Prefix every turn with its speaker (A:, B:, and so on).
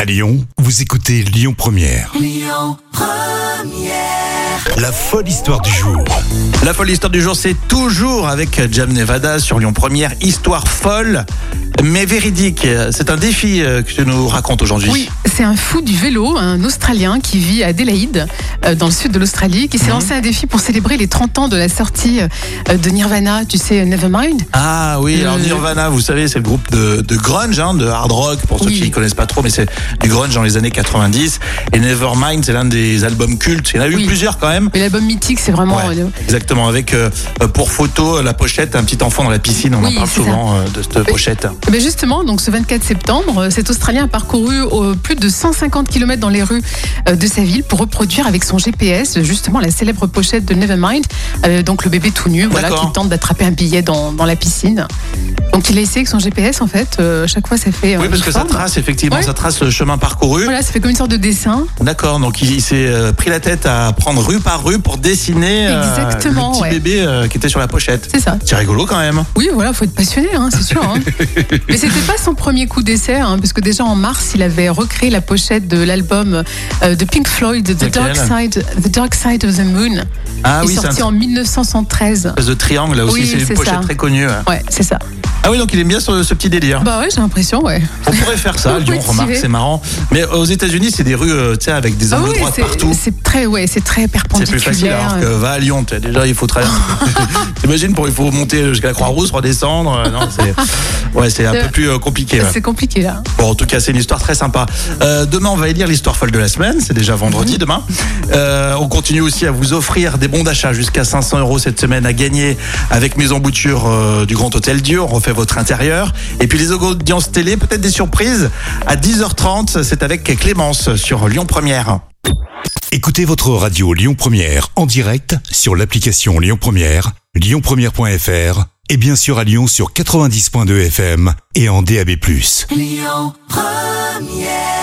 A: À Lyon, vous écoutez Lyon Première. La folle histoire du jour.
B: La folle histoire du jour, c'est toujours avec Jam Nevada sur Lyon Première. Histoire folle, mais véridique. C'est un défi euh, que tu nous racontes aujourd'hui.
C: Oui, c'est un fou du vélo, un Australien qui vit à Adélaïde, euh, dans le sud de l'Australie, qui s'est lancé un défi pour célébrer les 30 ans de la sortie euh, de Nirvana, tu sais, euh, Nevermind.
B: Ah oui, alors
C: Euh,
B: Nirvana, vous savez, c'est le groupe de, de grunge, hein, de hard rock, pour ceux
C: Oui.
B: qui ne connaissent pas trop, mais c'est du grunge dans les années 90. Et Nevermind, c'est l'un des albums cultes. Il y en a eu
C: Oui.
B: plusieurs quand même.
C: Mais l'album mythique, c'est vraiment...
B: Ouais,
C: euh,
B: exactement, avec euh, pour photo euh, la pochette, un petit enfant dans la piscine, on
C: Oui,
B: en parle
C: c'est ça.
B: souvent euh, de cette pochette.
C: Ben justement, donc ce 24 septembre, euh, cet Australien a parcouru euh, plus de 150 km dans les rues euh, de sa ville pour reproduire avec son GPS euh, justement la célèbre pochette de Nevermind, euh, donc le bébé tout nu, voilà,
B: D'accord.
C: qui tente d'attraper un billet dans, dans la piscine. Donc il a essayé avec son GPS en fait, euh, chaque fois ça fait. euh,
B: Oui, parce
C: une
B: que ça
C: forme.
B: trace, effectivement,
C: Ouais.
B: ça trace le chemin parcouru.
C: Voilà, ça fait comme une sorte de dessin.
B: D'accord, donc il, il s'est euh, pris la tête à prendre rue par rue pour dessiner euh,
C: Exactement,
B: le petit
C: ouais.
B: bébé euh, qui était sur la pochette.
C: C'est ça.
B: C'est rigolo quand même.
C: Oui, voilà, faut être passionné, hein, c'est sûr. hein. Mais c'était pas son premier coup d'essai, hein, parce que déjà en mars, il avait recréé la pochette de l'album euh, de Pink Floyd, The Dark, Side, The Dark Side of the Moon,
B: Ah
C: qui
B: oui,
C: est
B: c'est un
C: sorti
B: espèce
C: en 1973.
B: de triangle là aussi,
C: Oui,
B: c'est une
C: c'est
B: pochette
C: ça.
B: très connue. ouais.
C: Ouais, c'est ça.
B: Ah oui, donc il aime bien ce, ce petit délire.
C: Bah ouais, j'ai l'impression, ouais.
B: On pourrait faire ça, à
C: On peut
B: Lyon,
C: tirer.
B: remarque, c'est marrant. Mais aux États-Unis, c'est des rues, euh, tu sais, avec des
C: Ah
B: angles
C: oui,
B: droits
C: c'est-
B: partout.
C: c'est très, ouais, c'est très
B: C'est plus facile
C: perpendiculaire.
B: alors que va à Lyon, tu sais, déjà il faut traverser. T'imagines, pour il faut monter jusqu'à la Croix-Rousse, redescendre. euh, Non, c'est ouais, c'est un
C: C'est-
B: peu plus euh, compliqué. ouais.
C: C'est compliqué là.
B: Bon, en tout cas, c'est une histoire très sympa. Euh, demain, on va élire l'histoire folle de la semaine. C'est déjà vendredi demain. Euh, on continue aussi à vous offrir des bons d'achat jusqu'à 500 euros cette semaine à gagner avec Maison Bouture euh, du Grand Hôtel Dieu. On refait votre intérieur. Et puis les audiences télé, peut-être des surprises. À 10h30, c'est avec Clémence sur Lyon Première.
A: Écoutez votre radio Lyon Première en direct sur l'application Lyon Première, lyonpremière.fr et bien sûr à Lyon sur 90.2 FM et en DAB+.
D: Lyon Première